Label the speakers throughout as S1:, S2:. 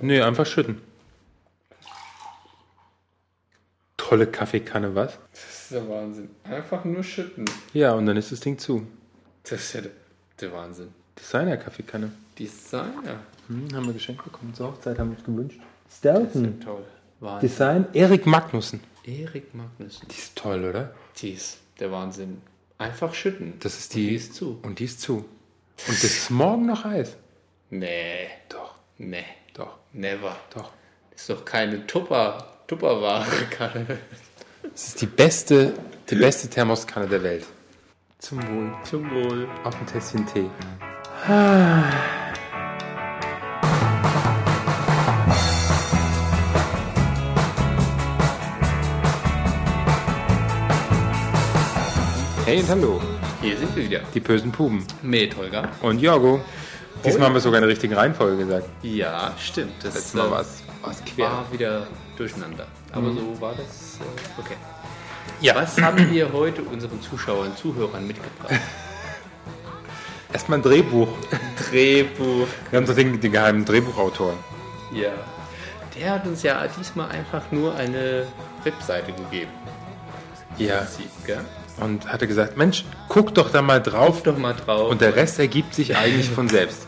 S1: Nee, einfach schütten. Tolle Kaffeekanne, was?
S2: Das ist der Wahnsinn. Einfach nur schütten.
S1: Ja, und dann ist das Ding zu.
S2: Das ist ja der, der Wahnsinn.
S1: Designer-Kaffeekanne.
S2: Designer.
S1: Hm, haben wir geschenkt bekommen. Zur Hochzeit haben wir uns gewünscht. Stelton.
S2: Toll. Wahnsinn.
S1: Design Erik Magnussen.
S2: Erik Magnussen.
S1: Die ist toll, oder?
S2: Die ist der Wahnsinn. Einfach schütten.
S1: Das ist
S2: Und
S1: die.
S2: die ist zu.
S1: Und die ist zu. Und das ist morgen noch heiß.
S2: Nee.
S1: Doch,
S2: Nee.
S1: doch,
S2: Never.
S1: doch.
S2: Das ist doch keine Tupper. Tupperware, Karl.
S1: Es ist die beste, die beste Thermoskanne der Welt. Zum Wohl.
S2: Zum Wohl.
S1: Auf ein Tässchen Tee. Hey und hallo,
S2: Hier sind wir wieder.
S1: die bösen Puben
S2: Mit Holger.
S1: und Jorgo. Diesmal haben wir es sogar in der richtigen Reihenfolge gesagt.
S2: Ja, stimmt. Das
S1: Letztes Mal
S2: äh,
S1: war es war es quer.
S2: war wieder durcheinander. Aber
S1: Mhm.
S2: so war das. Äh, okay. Was haben wir heute unseren Zuschauern, Zuhörern mitgebracht?
S1: Erstmal ein Drehbuch.
S2: Drehbuch.
S1: Wir haben so den, den geheimen Drehbuchautor.
S2: Ja. Der hat uns ja diesmal einfach nur eine Webseite gegeben.
S1: Ja.
S2: Sie, gell?
S1: Und hatte gesagt, Mensch, guck doch da mal drauf.
S2: Guck doch mal drauf.
S1: Und der Rest ergibt sich eigentlich von selbst.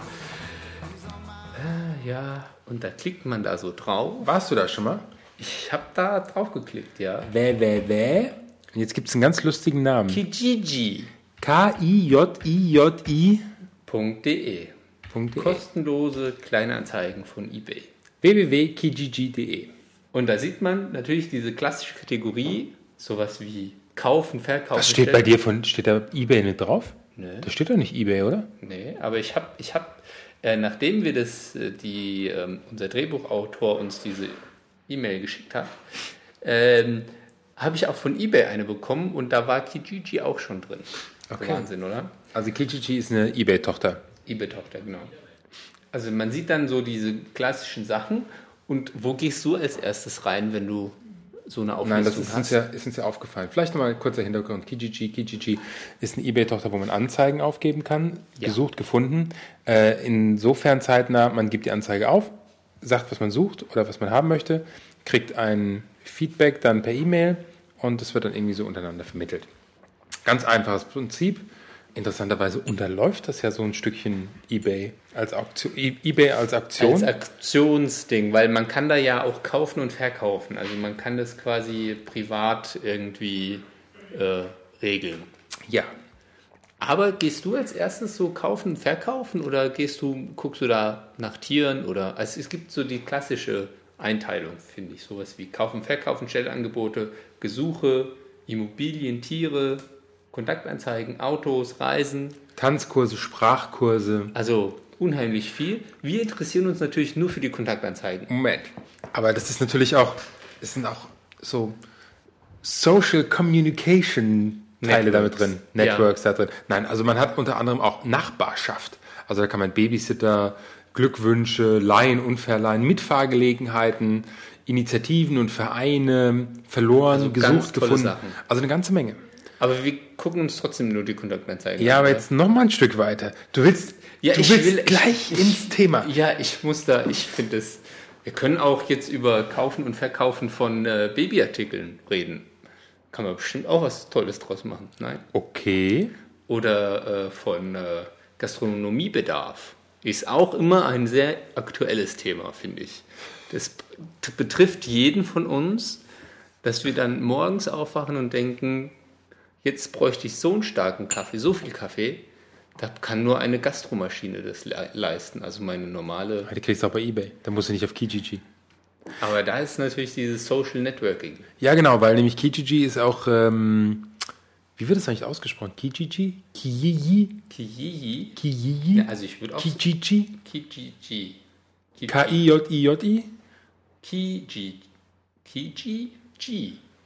S2: ja, und da klickt man da so drauf.
S1: Warst du da schon mal?
S2: Ich habe da drauf geklickt, ja.
S1: Wä, wä, wä. Und jetzt gibt es einen ganz lustigen Namen.
S2: kijiji.de
S1: K-I-J-I-J-I.
S2: Kostenlose Kleinanzeigen von eBay.
S1: www.kijiji.de.
S2: Und da sieht man natürlich diese klassische Kategorie, sowas wie kaufen, verkaufen.
S1: Was steht bei dir von, steht da eBay nicht drauf?
S2: Nee.
S1: Da steht doch nicht eBay, oder?
S2: Nee, aber ich habe, ich hab, äh, nachdem wir das, äh, die, ähm, unser Drehbuchautor uns diese E-Mail geschickt hat, ähm, habe ich auch von eBay eine bekommen und da war Kijiji auch schon drin.
S1: Okay.
S2: Wahnsinn, oder?
S1: Also Kijiji ist eine eBay-Tochter.
S2: eBay-Tochter, genau. Also man sieht dann so diese klassischen Sachen und wo gehst du als erstes rein, wenn du so eine Auflistung
S1: Nein, das ist
S2: hast?
S1: uns, ja, ist uns ja aufgefallen. Vielleicht nochmal ein kurzer Hintergrund. Kijiji, Kijiji ist eine Ebay-Tochter, wo man Anzeigen aufgeben kann.
S2: Ja.
S1: Gesucht, gefunden. Äh, insofern zeitnah, man gibt die Anzeige auf, sagt, was man sucht oder was man haben möchte, kriegt ein Feedback dann per E-Mail und es wird dann irgendwie so untereinander vermittelt. Ganz einfaches Prinzip. Interessanterweise unterläuft das ja so ein Stückchen eBay als, Auktion, E- eBay als Aktion.
S2: als Aktionsding, weil man kann da ja auch kaufen und verkaufen. Also man kann das quasi privat irgendwie äh, regeln.
S1: ja,
S2: Aber gehst du als erstes so kaufen, verkaufen oder gehst du, guckst du da nach Tieren oder also es gibt so die klassische Einteilung, finde ich. Sowas wie kaufen, verkaufen, Stellangebote, Gesuche, Immobilien, Tiere, Kontaktanzeigen, Autos, Reisen.
S1: Tanzkurse, Sprachkurse.
S2: Also unheimlich viel. Wir interessieren uns natürlich nur für die Kontaktanzeigen.
S1: Moment. Aber das ist natürlich auch, es sind auch so Social Communication
S2: Networks.
S1: Teile damit drin,
S2: Ja.
S1: Networks da drin. Nein, also man hat unter anderem auch Nachbarschaft. Also da kann man Babysitter, Glückwünsche, Laien, Unverleihen, Mitfahrgelegenheiten, Initiativen und Vereine, verloren,
S2: Also ganz
S1: gesucht,
S2: tolle
S1: gefunden.
S2: Sachen.
S1: Also eine ganze Menge.
S2: Aber wir gucken uns trotzdem nur die Kontaktanzeigen
S1: Ja,
S2: an.
S1: aber
S2: oder?
S1: jetzt noch mal ein Stück weiter. Du willst,
S2: Ja,
S1: du
S2: ich
S1: willst
S2: will-
S1: gleich ins Thema.
S2: Ja, ich muss da, ich finde es. Wir können auch jetzt über Kaufen und Verkaufen von äh, Babyartikeln reden. Kann man bestimmt auch was Tolles draus machen. Nein.
S1: Okay.
S2: Oder äh, von äh, Gastronomiebedarf. Ist auch immer ein sehr aktuelles Thema, finde ich. Das t- betrifft jeden von uns, dass wir dann morgens aufwachen und denken, jetzt bräuchte ich so einen starken Kaffee, so viel Kaffee. Da kann nur eine Gastromaschine das le leisten, also meine normale
S1: Die kriegst du auch bei eBay. Da musst du nicht auf Kijiji.
S2: Aber da ist natürlich dieses Social Networking.
S1: Ja, genau, weil nämlich Kijiji ist auch, ähm, wie wird das eigentlich ausgesprochen? Kijiji? Kijiji?
S2: Kijiji.
S1: Kijiji?
S2: Ja, also ich würde auch
S1: Kijiji?
S2: Kijiji. Ki-
S1: K-I-J-I-J-I?
S2: Kiji. Kijiji.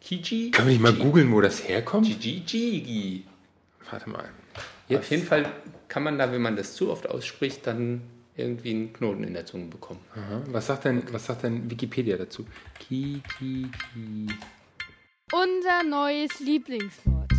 S2: Kiji.
S1: Können wir nicht mal googeln, wo das herkommt?
S2: Kijiji.
S1: Warte mal.
S2: Auf jeden Fall kann man da, wenn man das zu oft ausspricht, dann irgendwie einen Knoten in der Zunge bekommen.
S1: Aha. Was sagt denn, was sagt denn Wikipedia dazu? Kijiji.
S3: Unser neues Lieblingswort.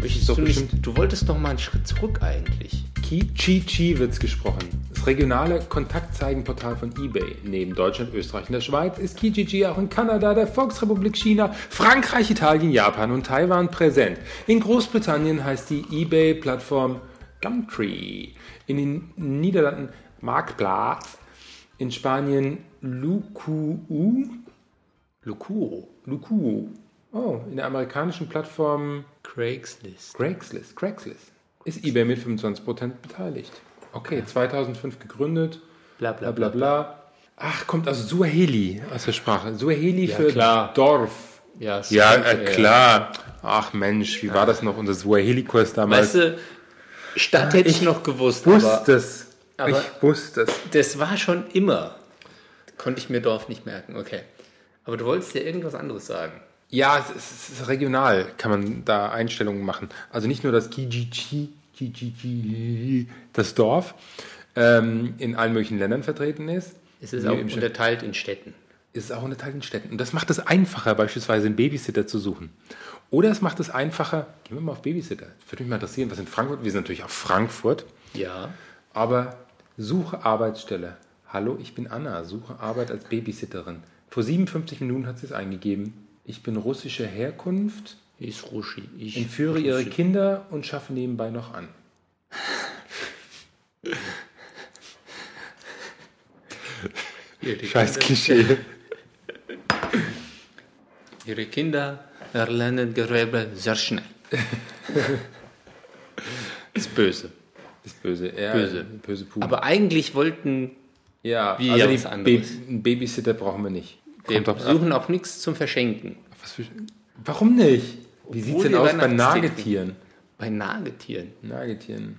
S2: Möchtest du, nicht, du wolltest noch mal einen Schritt zurück eigentlich.
S1: Ki Chi Chi wird's gesprochen. Das regionale Kontaktzeigenportal von eBay. Neben Deutschland, Österreich und der Schweiz ist Kijiji auch in Kanada, der Volksrepublik China, Frankreich, Italien, Japan und Taiwan präsent. In Großbritannien heißt die eBay-Plattform Gumtree. In den Niederlanden Marktplatz. In Spanien Luku.
S2: Lukuro.
S1: Luku. Oh, in der amerikanischen Plattform
S2: Craigslist.
S1: Craigslist, Craigslist. Ist eBay mit 25% beteiligt. Okay, 2005 gegründet,
S2: Bla
S1: bla bla bla. Ach, kommt aus Suaheli, aus der Sprache. Suaheli für
S2: klar.
S1: Dorf.
S2: Ja, es
S1: Ja,
S2: könnte,
S1: äh, klar. Ach Mensch, wie war das noch, unser Suaheli-Kurs damals?
S2: Weißt du, Stadt hätte ich noch gewusst,
S1: ich
S2: aber
S1: wusste es.
S2: aber-
S1: ich wusste es.
S2: das war schon immer. Konnte ich mir Dorf nicht merken, okay. Aber du wolltest ja irgendwas anderes sagen.
S1: Ja, es ist, es ist regional, kann man da Einstellungen machen. Also nicht nur das Kijiji, Kijiji, das Dorf, ähm, in allen möglichen Ländern vertreten ist.
S2: Es ist
S1: Wie
S2: auch
S1: im Sch-
S2: unterteilt in Städten.
S1: ist es auch in Teilen Städten. Und das macht es einfacher, beispielsweise einen Babysitter zu suchen. Oder es macht es einfacher, gehen wir mal auf Babysitter. Würde mich mal interessieren, was in Frankfurt, wir sind natürlich auf Frankfurt,
S2: Ja.
S1: aber suche Arbeitsstelle. Hallo, ich bin Anna, suche Arbeit als Babysitterin. Vor 57 Minuten hat sie es eingegeben. Ich bin russischer Herkunft,
S2: Ist Ruschi. Ich
S1: entführe ihre Kinder und schaffe nebenbei noch an.
S2: ihre
S1: Scheiß
S2: Kinder-
S1: Klischee.
S2: Ihre Kinder erlernen Gewerbe sehr schnell. ist böse.
S1: Ist böse. Ja,
S2: Böse.
S1: Böse Puh.
S2: Aber eigentlich wollten
S1: ja,
S2: wie
S1: also
S2: ja
S1: die
S2: was anderes.
S1: Ba- einen Babysitter brauchen wir nicht.
S2: wir
S1: Kommt drauf an.
S2: suchen auch nichts zum Verschenken.
S1: Was für, warum nicht? Wie sieht es denn
S2: wir
S1: aus bei
S2: Weihnachtsdeko-
S1: Nagetieren?
S2: Bei Nagetieren.
S1: Nagetieren.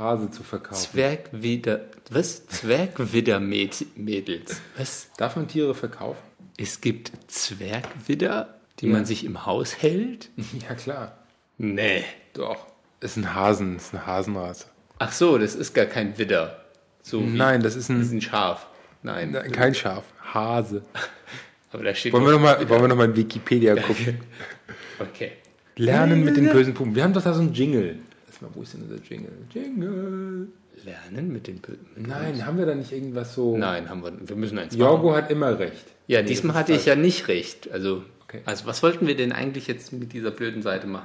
S1: Hase zu verkaufen.
S2: Zwergwider. Was? Zwergwidder-Mädels. Was?
S1: Darf man Tiere verkaufen?
S2: Es gibt Zwergwidder, die man sich im Haus hält?
S1: Ja, klar.
S2: Nee.
S1: Doch. Ist ein Hasen, ist eine Hasenrasse.
S2: Ach so, das ist gar kein Widder. So wie
S1: Mhm. Nein, das ist
S2: das
S1: ein,
S2: ist ein Schaf. Nein.
S1: nein, kein Schaf. Hase.
S2: Aber da steht.
S1: Wollen wir nochmal noch mal- wollen wir noch mal in Wikipedia gucken?
S2: Okay.
S1: Lernen mit den bösen Puppen. Wir haben doch da so einen Jingle. Lass mal, wo ist denn unser Jingle? Jingle.
S2: Lernen mit den. Bö- mit-
S1: Nein, haben wir da nicht irgendwas so.
S2: Nein, haben wir. Wir müssen eins machen.
S1: Jorgo hat immer recht.
S2: Ja,
S1: Nee,
S2: diesmal
S1: das
S2: hatte
S1: ist
S2: ich ja nicht recht. Also,
S1: Okay.
S2: also, was wollten wir denn eigentlich jetzt mit dieser blöden Seite machen?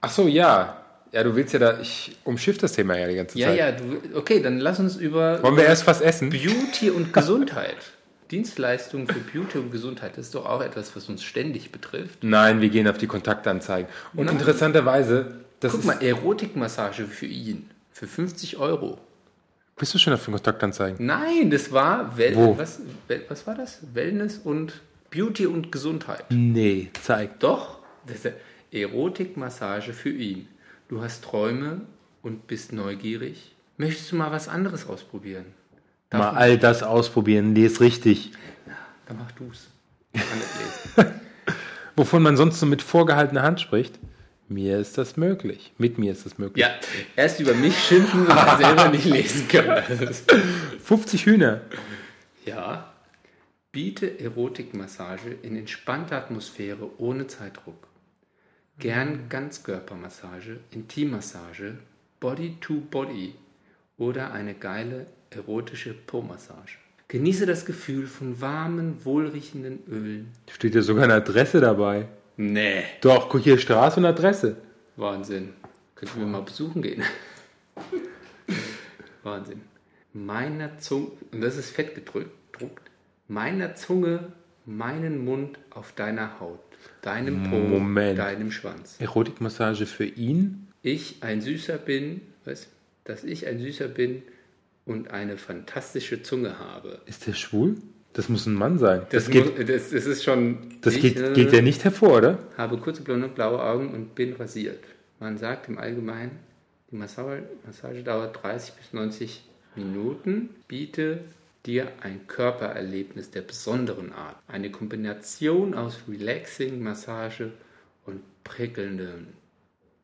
S1: Ach so, ja. Ja, du willst ja da. Ich umschiff das Thema ja die ganze
S2: Ja,
S1: Zeit.
S2: ja, du, okay, dann lass uns über
S1: Wollen wir erst was essen?
S2: Beauty und Gesundheit. Dienstleistungen für Beauty und Gesundheit das ist doch auch etwas, was uns ständig betrifft.
S1: Nein, wir gehen auf die Kontaktanzeigen. Und interessanterweise, das
S2: Guck
S1: ist,
S2: mal, Erotikmassage für ihn. Für 50 Euro.
S1: bist du schon auf den Kontaktanzeigen?
S2: Nein, das war. Wel
S1: Wo?
S2: Was, wel was war das? Wellness und Beauty und Gesundheit.
S1: Nee, zeig.
S2: Doch, das ist Erotikmassage für ihn. Du hast Träume und bist neugierig. Möchtest du mal was anderes ausprobieren?
S1: Mal all das ausprobieren, les richtig.
S2: Dann mach du's. Ich kann nicht lesen.
S1: Wovon man sonst so mit vorgehaltener Hand spricht, mir ist das möglich. Mit mir ist das möglich.
S2: Ja, erst über mich schimpfen und dann selber nicht lesen können.
S1: 50 Hühner.
S2: ja. Biete Erotikmassage in entspannter Atmosphäre ohne Zeitdruck. Gern Ganzkörpermassage, Intimmassage, Body-to-Body oder eine geile erotische Po-Massage. Genieße das Gefühl von warmen, wohlriechenden Ölen.
S1: Steht ja sogar eine Adresse dabei.
S2: Nee.
S1: Doch, guck hier, Straße und Adresse.
S2: Wahnsinn. Könnten wir mal besuchen gehen. Wahnsinn. Meiner Zunge, und das ist fett gedrückt, druckt, meiner Zunge, meinen Mund auf deiner Haut, deinem Po,
S1: Moment.
S2: deinem Schwanz.
S1: Erotikmassage für ihn.
S2: Ich ein Süßer bin, was? Dass ich ein Süßer bin und eine fantastische Zunge habe.
S1: Ist der schwul? Das muss ein Mann sein. Das,
S2: Das,
S1: geht,
S2: muss, das, das ist schon.
S1: das
S2: ich, äh,
S1: geht, geht ja nicht hervor, oder?
S2: habe kurze blonde, blaue Augen und bin rasiert. Man sagt im Allgemeinen, die Massage, Massage dauert 30 bis 90 Minuten, biete dir ein Körpererlebnis der besonderen Art. Eine Kombination aus relaxing Massage und prickelndem,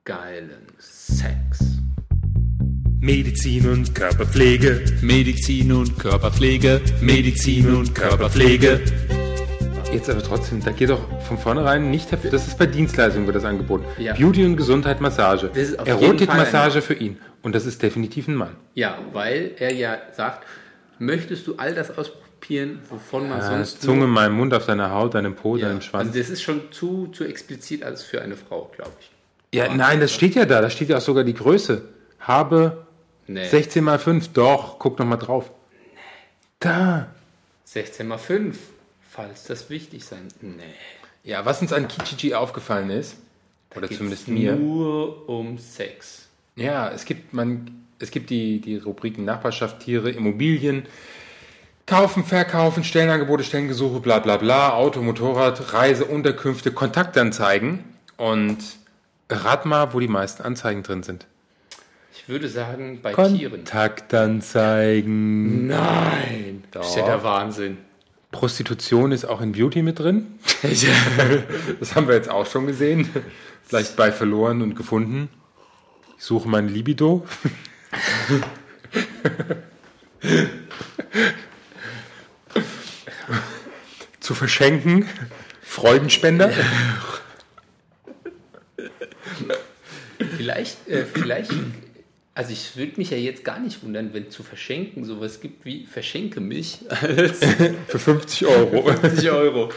S2: geilen Sex.
S3: Medizin und Körperpflege. Medizin und Körperpflege. Medizin und Körperpflege.
S1: Jetzt aber trotzdem, da geht doch von vornherein nicht dafür. Das ist bei Dienstleistungen wird das angeboten.
S2: Ja.
S1: Beauty und Gesundheit Massage.
S2: Das ist auf jeden
S1: Erotikmassage für ihn. Und das ist definitiv ein Mann.
S2: Ja, weil er ja sagt, möchtest du all das ausprobieren, wovon man
S1: Äh,
S2: sonst
S1: Zunge in meinem Mund, auf deiner Haut, deinem Po,
S2: nur, ja.
S1: deinem Schwanz.
S2: Also das ist schon zu, zu explizit als für eine Frau, glaube ich.
S1: ja, nein, das steht ja da. Da steht ja auch sogar die Größe. Habe
S2: Nee,
S1: 16 mal 5. Doch, guck noch mal drauf. Da.
S2: 16 mal 5, falls das wichtig sein.
S1: Also
S2: Nee.
S1: Ja, was uns an Kichichi aufgefallen ist, oder
S2: Geht's
S1: zumindest mir,
S2: Nur um Sex.
S1: Ja, es gibt, man, es gibt die, die Rubriken Nachbarschaft, Tiere, Immobilien, Kaufen, Verkaufen, Stellenangebote, Stellengesuche, bla bla bla, Auto, Motorrad, Reise, Unterkünfte, Kontaktanzeigen. Und rat mal, wo die meisten Anzeigen drin sind.
S2: Ich würde sagen, bei Tieren.
S1: Kontaktanzeigen.
S2: Nein! Das ist ja der Wahnsinn.
S1: Prostitution ist auch in Beauty mit drin. Das haben wir jetzt auch schon gesehen. Vielleicht bei verloren und gefunden. Ich suche mein Libido. Zu verschenken. Freudenspender.
S2: Vielleicht, äh, vielleicht, also ich würde mich ja jetzt gar nicht wundern, wenn zu verschenken sowas gibt wie verschenke mich als
S1: Für 50 Euro.
S2: 50 Euro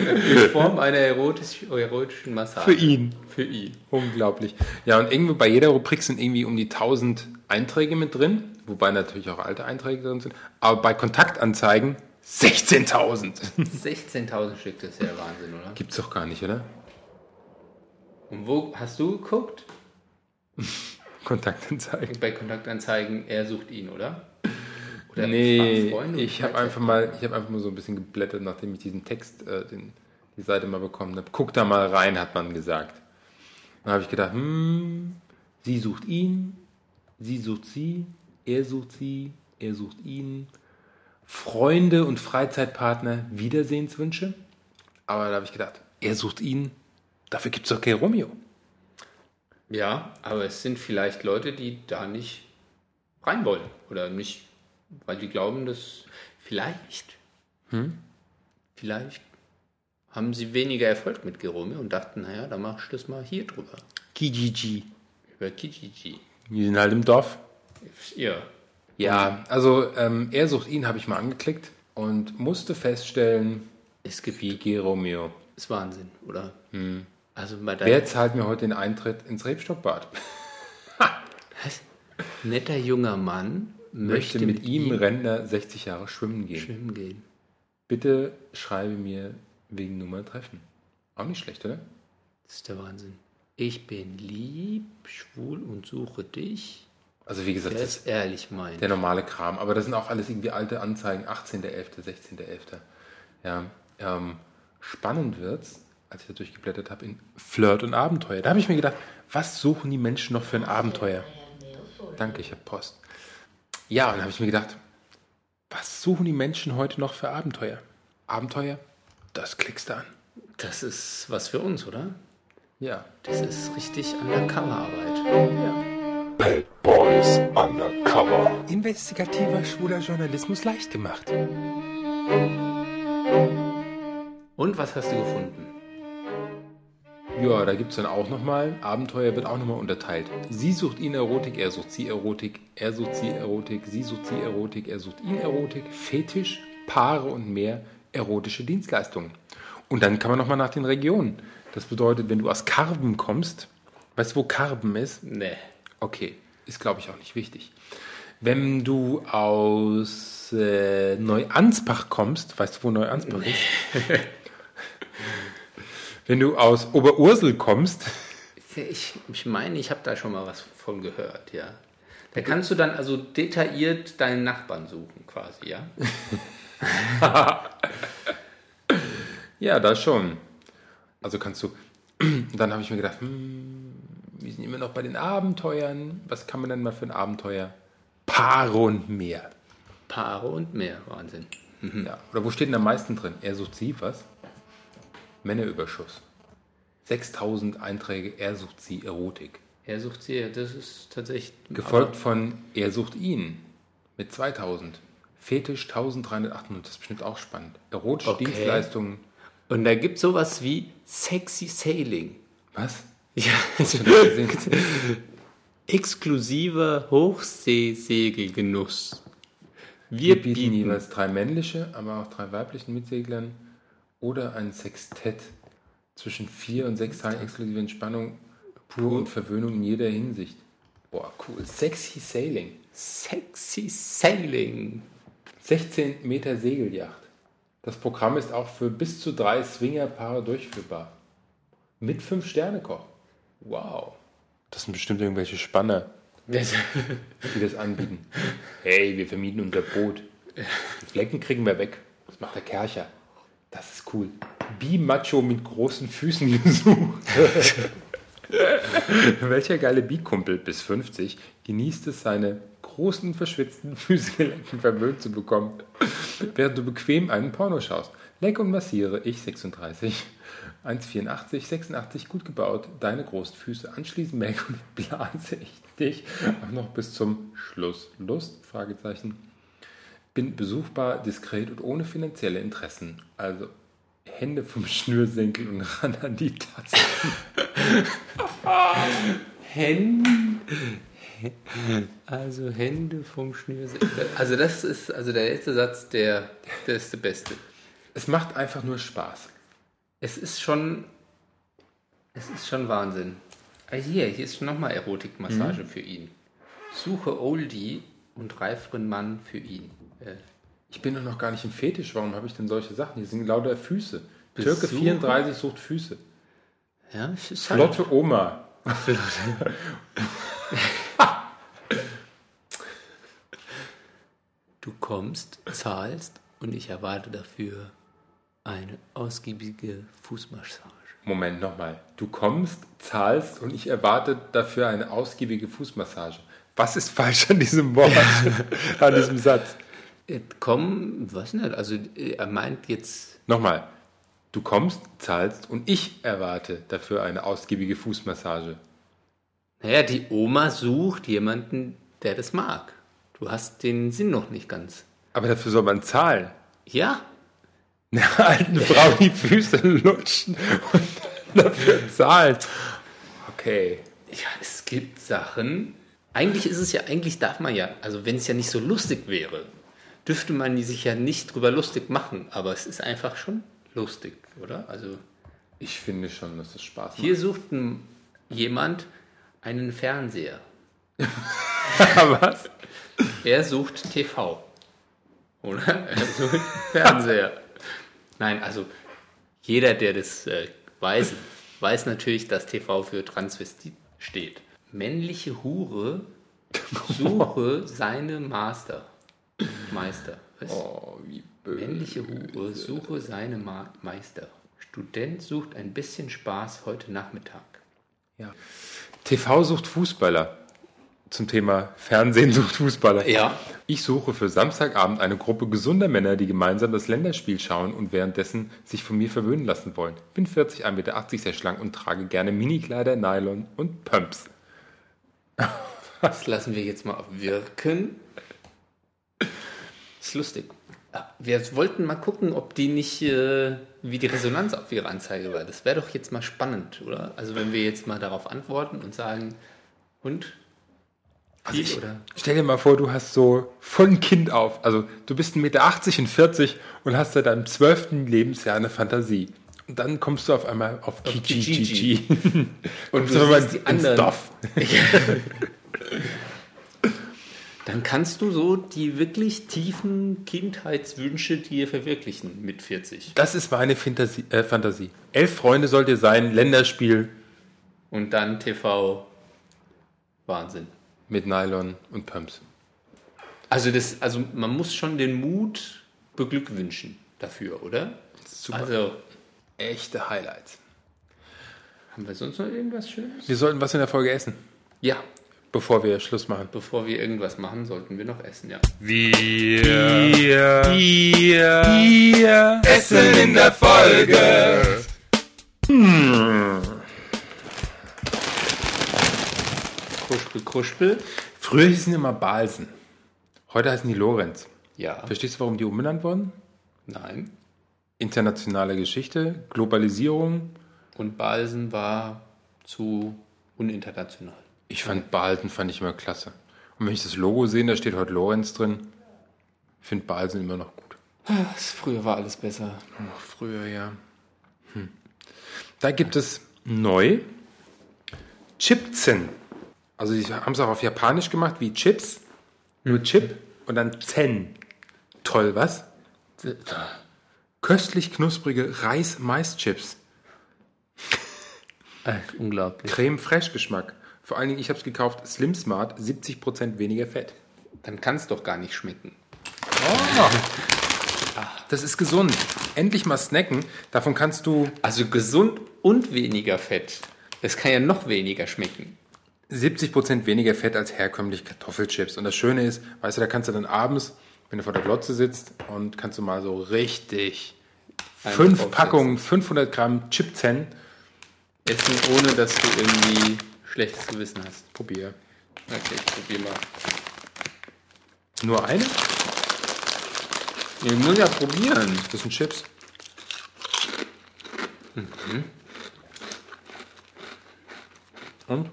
S2: in Form einer erotisch, erotischen Massage.
S1: Für ihn.
S2: Für ihn.
S1: Unglaublich. Ja, und irgendwie bei jeder Rubrik sind irgendwie um die 1000 Einträge mit drin, wobei natürlich auch alte Einträge drin sind, aber bei Kontaktanzeigen 16.000.
S2: 16.000 Stück, das ist ja der Wahnsinn, oder?
S1: Gibt's doch gar nicht, oder?
S2: Und wo hast du geguckt?
S1: Kontaktanzeigen.
S2: Bei Kontaktanzeigen, er sucht ihn, oder? Oder
S1: Nee,
S2: fragen Freunde und
S1: ich habe
S2: Freizeit-
S1: einfach mal, ich habe einfach mal so ein bisschen geblättert, nachdem ich diesen Text, äh, den, die Seite mal bekommen habe. Guck da mal rein, hat man gesagt. Dann habe ich gedacht, hm, sie sucht ihn, sie sucht sie, er sucht sie, er sucht ihn. Freunde und Freizeitpartner Wiedersehenswünsche. Aber da habe ich gedacht, er sucht ihn, dafür gibt's doch kein Romeo.
S2: Ja, aber es sind vielleicht Leute, die da nicht rein wollen oder nicht, weil die glauben, dass vielleicht,
S1: Hm?
S2: vielleicht haben sie weniger Erfolg mit Gerome und dachten, naja, dann mach ich das mal hier drüber,
S1: Kijiji.
S2: über Kijiji.
S1: Die sind halt im Dorf.
S2: Ja,
S1: Ja, also ähm, er sucht ihn, habe ich mal angeklickt und musste feststellen,
S2: es gibt,
S1: wie geht Romeo.
S2: ist Wahnsinn, oder? Also mal
S1: Hm. Wer
S2: dein
S1: zahlt mir heute den Eintritt ins Rebstockbad?
S2: Was? netter junger Mann
S1: Möchte
S2: möchte,
S1: mit ihm Rentner 60 Jahre schwimmen gehen.
S2: schwimmen gehen.
S1: Bitte schreibe mir wegen Nummer treffen. Auch nicht schlecht, oder?
S2: Das ist der Wahnsinn. Ich bin lieb, schwul und suche dich.
S1: Also wie gesagt,
S2: Wer
S1: das ist
S2: es ehrlich meint.
S1: der normale Kram. Aber das sind auch alles irgendwie alte Anzeigen. 18.11., 16.11. Ja, ähm, spannend wird's, als ich da durchgeblättert habe, in Flirt und Abenteuer. Da habe ich mir gedacht, was suchen die Menschen noch für ein Abenteuer? Danke, ich habe Post. Ja, und dann habe ich mir gedacht, was suchen die Menschen heute noch für Abenteuer? Abenteuer? Das klickst du an.
S2: Das ist was für uns, oder?
S1: Ja.
S2: Das ist richtig Undercover-Arbeit.
S4: Bad Boys Undercover.
S1: Investigativer schwuler Journalismus leicht gemacht.
S2: Und was hast du gefunden?
S1: Ja, da gibt es dann auch nochmal, Abenteuer wird auch nochmal unterteilt. Sie sucht ihn Erotik, er sucht sie Erotik, er sucht sie Erotik, sie sucht sie Erotik, er sucht ihn Erotik, Fetisch, Paare und mehr erotische Dienstleistungen. Und dann kann man nochmal nach den Regionen. Das bedeutet, wenn du aus Karben kommst, weißt du, wo Karben ist?
S2: Nee.
S1: Okay, ist glaube ich auch nicht wichtig. Wenn du aus äh, Neuansbach kommst, weißt du, wo Neuansbach ist? Wenn du aus Oberursel kommst,
S2: Ich, ich meine, ich habe da schon mal was von gehört, ja. Da kannst du dann also detailliert deinen Nachbarn suchen, quasi, ja?
S1: ja, da schon. Also kannst du. Dann habe ich mir gedacht, hm, wir sind immer noch bei den Abenteuern. Was kann man denn mal für ein Abenteuer? Paare und mehr.
S2: Paare und mehr, Wahnsinn. Hm.
S1: Ja. Oder wo steht denn am meisten drin? Er sucht sie, was? Männerüberschuss. 6000 Einträge, er sucht sie, Erotik.
S2: Er sucht sie, das ist tatsächlich.
S1: Gefolgt von Er sucht ihn mit 2000. Fetisch 1308, das ist bestimmt auch spannend. Erotische
S2: Okay.
S1: Dienstleistungen
S2: Und da gibt es sowas wie Sexy Sailing.
S1: Was?
S2: Ja, also exklusiver Hochseesegelgenuss.
S1: Wir
S2: Wir
S1: bieten
S2: bieten
S1: jeweils drei männliche, aber auch drei weiblichen Mitseglern oder ein Sextett zwischen vier und sechs Tagen exklusive Entspannung, pure und Verwöhnung in jeder Hinsicht. Boah, cool. Sexy Sailing.
S2: Sexy Sailing.
S1: 16 Meter Segelyacht. Das Programm ist auch für bis zu drei Swingerpaare durchführbar. Mit fünf Sternekoch. Wow. Das sind bestimmt irgendwelche Spanner,
S2: Das,
S1: die das anbieten. Hey, wir vermieten unser Boot. Die Flecken kriegen wir weg. Das macht der Kercher. Das ist cool. Bi-Macho mit großen Füßen gesucht. Welcher geile Bi-Kumpel bis 50 genießt es, seine großen, verschwitzten Füße gelecken verwöhnt zu bekommen, während du bequem einen Porno schaust. Leck und massiere, ich 36, 1,84, 86, gut gebaut, deine großen Füße. Anschließend melke und blase ich dich auch noch bis zum Schluss. Lust? Fragezeichen. Bin besuchbar, diskret und ohne finanzielle Interessen. Also Hände vom Schnürsenkel und ran an die Tasse.
S2: Hände. Also Hände vom Schnürsenkel. Also das ist, also der letzte Satz, der, der ist der beste.
S1: Es macht einfach nur Spaß.
S2: Es ist schon, es ist schon Wahnsinn. Ah, hier, hier ist nochmal Erotikmassage für ihn. Suche Oldie und reiferen Mann für ihn. Äh,
S1: Ich bin doch noch gar nicht im Fetisch. Warum habe ich denn solche Sachen? Hier sind lauter Füße. Türke
S2: Besuchen.
S1: 34 sucht Füße.
S2: ja, es ist halt-
S1: Flotte Oma.
S2: Du kommst, zahlst und ich erwarte dafür eine ausgiebige Fußmassage.
S1: Moment nochmal. Du kommst, zahlst und ich erwarte dafür eine ausgiebige Fußmassage. Was ist falsch an diesem Wort? an diesem Satz?
S2: Äh, Komm, was nicht? Also äh, er meint jetzt,
S1: Nochmal. Du kommst, zahlst und ich erwarte dafür eine ausgiebige Fußmassage.
S2: naja, die Oma sucht jemanden, der das mag. Du hast den Sinn noch nicht ganz.
S1: Aber dafür soll man zahlen.
S2: Ja,
S1: Einer alten Frau die Füße lutschen und dafür zahlt. Okay.
S2: Ja, es gibt Sachen. Eigentlich ist es ja, eigentlich darf man ja, also wenn es ja nicht so lustig wäre, dürfte man die sich ja nicht drüber lustig machen, aber es ist einfach schon lustig, oder? Also
S1: Ich finde schon, dass es Spaß macht.
S2: hier sucht ein, jemand einen Fernseher.
S1: Was?
S2: Er sucht TV. Oder? Er sucht Fernseher. Nein, also jeder, der das äh, weiß, weiß natürlich, dass TV für Transvestit steht. Männliche Hure suche seine Master. Meister. Was?
S1: Oh, wie böse.
S2: Männliche Hure suche seine Ma Meister. Student sucht ein bisschen Spaß heute Nachmittag.
S1: TV sucht Fußballer. Zum Thema Fernsehen sucht Fußballer.
S2: Ja.
S1: Ich suche für Samstagabend eine Gruppe gesunder Männer, die gemeinsam das Länderspiel schauen und währenddessen sich von mir verwöhnen lassen wollen. Bin 40, 1,80 Meter, sehr schlank und trage gerne Minikleider, Nylon und Pumps.
S2: Das lassen wir jetzt mal wirken. Ist lustig. Ja, Wir wollten mal gucken, ob die nicht, äh, wie die Resonanz auf ihre Anzeige war. Das wäre doch jetzt mal spannend, oder? Also wenn wir jetzt mal darauf antworten und sagen, und?
S1: Also
S2: Viel, oder?
S1: Stell dir mal vor, du hast so von Kind auf, also du bist 1,80 Meter und 40 und hast seit deinem zwölften Lebensjahr eine Fantasie. Und dann kommst du auf einmal auf Kijiji. Und
S2: du
S1: du
S2: siehst die
S1: ins
S2: anderen.
S1: Dorf.
S2: Dann kannst du so die wirklich tiefen Kindheitswünsche dir verwirklichen mit 40.
S1: Das ist meine Fantasie. Äh, Fantasie. Elf Freunde sollt ihr sein, Länderspiel
S2: Und dann TV. Wahnsinn.
S1: mit Nylon und Pumps.
S2: Also, das, also man muss schon den Mut beglückwünschen dafür, oder?
S1: Super.
S2: Also,
S1: Echte Highlights.
S2: haben wir sonst noch irgendwas Schönes?
S1: Wir sollten was in der Folge essen,
S2: Ja,
S1: bevor wir Schluss machen.
S2: bevor wir irgendwas machen, sollten wir noch essen, ja.
S1: Essen in der Folge.
S2: Kruspel, Kruspel.
S1: Früher hießen die immer Balsen. Heute heißen die Lorenz.
S2: Ja.
S1: Verstehst du, warum die umbenannt wurden?
S2: Nein.
S1: internationale Geschichte, Globalisierung.
S2: Und Balsen war zu uninternational.
S1: Ich fand Balsen fand ich immer klasse. Und wenn ich das Logo sehe, da steht heute Lorenz drin, finde Balsen immer noch gut.
S2: Früher war alles besser.
S1: Ach, früher, ja. Hm. Da gibt es neu Chipzen. Also die haben es auch auf Japanisch gemacht, wie Chips, nur Chip und dann Zen. Toll, was? Köstlich knusprige Reis-Mais-Chips. Äh,
S2: unglaublich.
S1: Creme Fraiche Geschmack. Vor allen Dingen, ich habe es gekauft, Slim Smart, 70% weniger Fett.
S2: Dann kann es doch gar nicht schmecken.
S1: Das ist gesund. Endlich mal snacken. Davon kannst du
S2: Also gesund und weniger Fett. Es kann ja noch weniger schmecken.
S1: 70% weniger Fett als herkömmlich Kartoffelchips. Und das Schöne ist, weißt du, da kannst du dann abends, wenn du vor der Glotze sitzt, und kannst du mal so richtig fünf
S2: draufsetzen.
S1: Packungen, 500 Gramm Chipzen
S2: Essen, ohne dass du irgendwie schlechtes Gewissen hast.
S1: probier.
S2: Okay, ich probier mal.
S1: Nur eine?
S2: Ich muss ja probieren.
S1: Das sind Chips.
S2: Mhm.
S1: Und?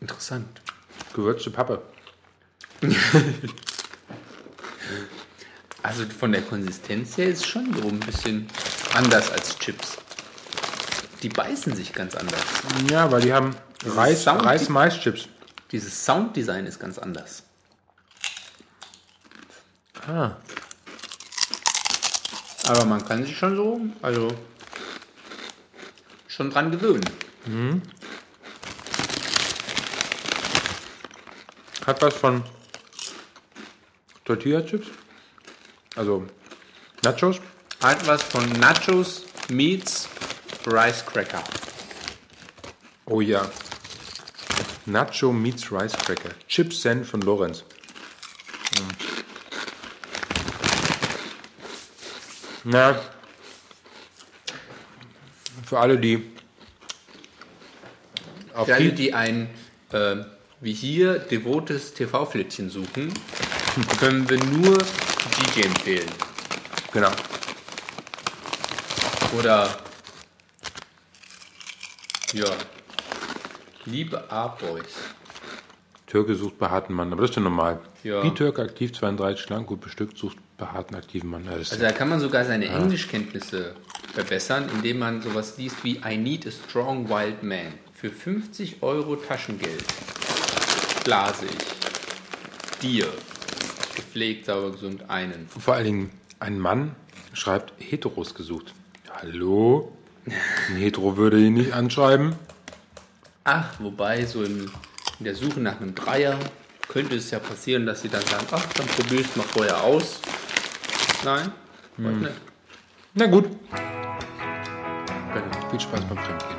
S2: Interessant.
S1: Gewürzte Pappe.
S2: Also von der Konsistenz her ist schon so ein bisschen anders als Chips. Die beißen sich ganz anders.
S1: Ja, weil die haben Reis,
S2: Sound-
S1: Reis-Mais-Chips.
S2: Dieses Sounddesign ist ganz anders.
S1: Ah.
S2: Aber man kann sich schon so, also schon dran gewöhnen.
S1: Hat was von Tortilla-Chips. Also Nachos.
S2: Hat was von Nachos, Meats, Rice Cracker.
S1: Oh ja. Nacho meets Rice Cracker. Chips Zen von Lorenz. Hm. Mm. Na. Für alle, die auf
S2: Für alle,
S1: die,
S2: die ein, äh, wie hier, devotes TV-Flittchen suchen, können wir nur DJ empfehlen.
S1: genau.
S2: Oder, ja, liebe A-Boys.
S1: Türke sucht behaarten Mann, aber das ist ja normal.
S2: Ja.
S1: Wie Türke aktiv 32 schlank, gut bestückt, sucht behaarten aktiven Mann. Ja, Das ist
S2: Also da kann man sogar seine Englischkenntnisse verbessern, indem man sowas liest wie I need a strong wild man. Für 50 Euro Taschengeld blase ich dir gepflegt, sauber, gesund einen.
S1: Vor allen Dingen, ein Mann schreibt Heteros gesucht. Hallo? Ein Hetero würde ihn nicht anschreiben.
S2: Ach, wobei so in, in der Suche nach einem Dreier könnte es ja passieren, dass sie dann sagen, ach, dann probier ich's mal vorher aus. Nein, weiß nicht.
S1: Na gut.
S2: Genau.
S1: Viel Spaß beim Fremdgehen.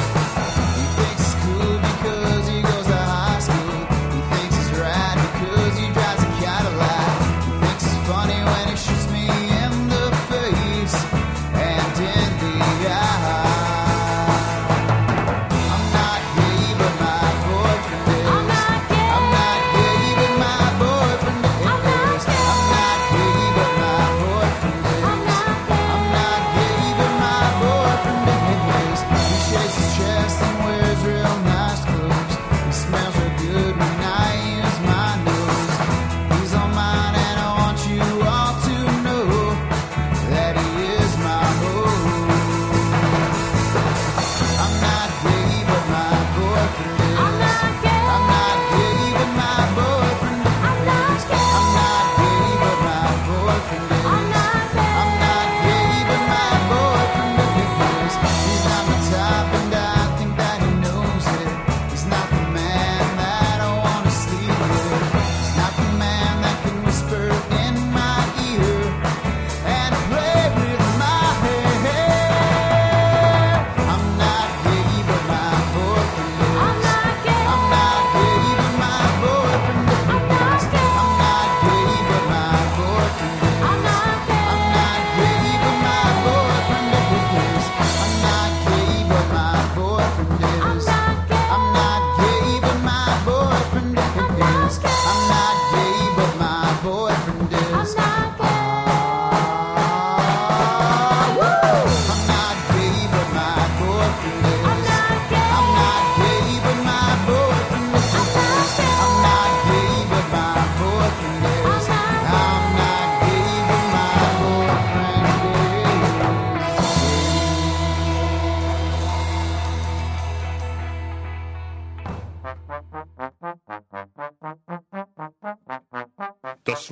S5: thinks cool because he goes to high school. He thinks he's right because he drives a Cadillac. He thinks it's funny when he shoots me in the face and in the eye. I'm not gay, but my boyfriend is. I'm not gay,
S6: Das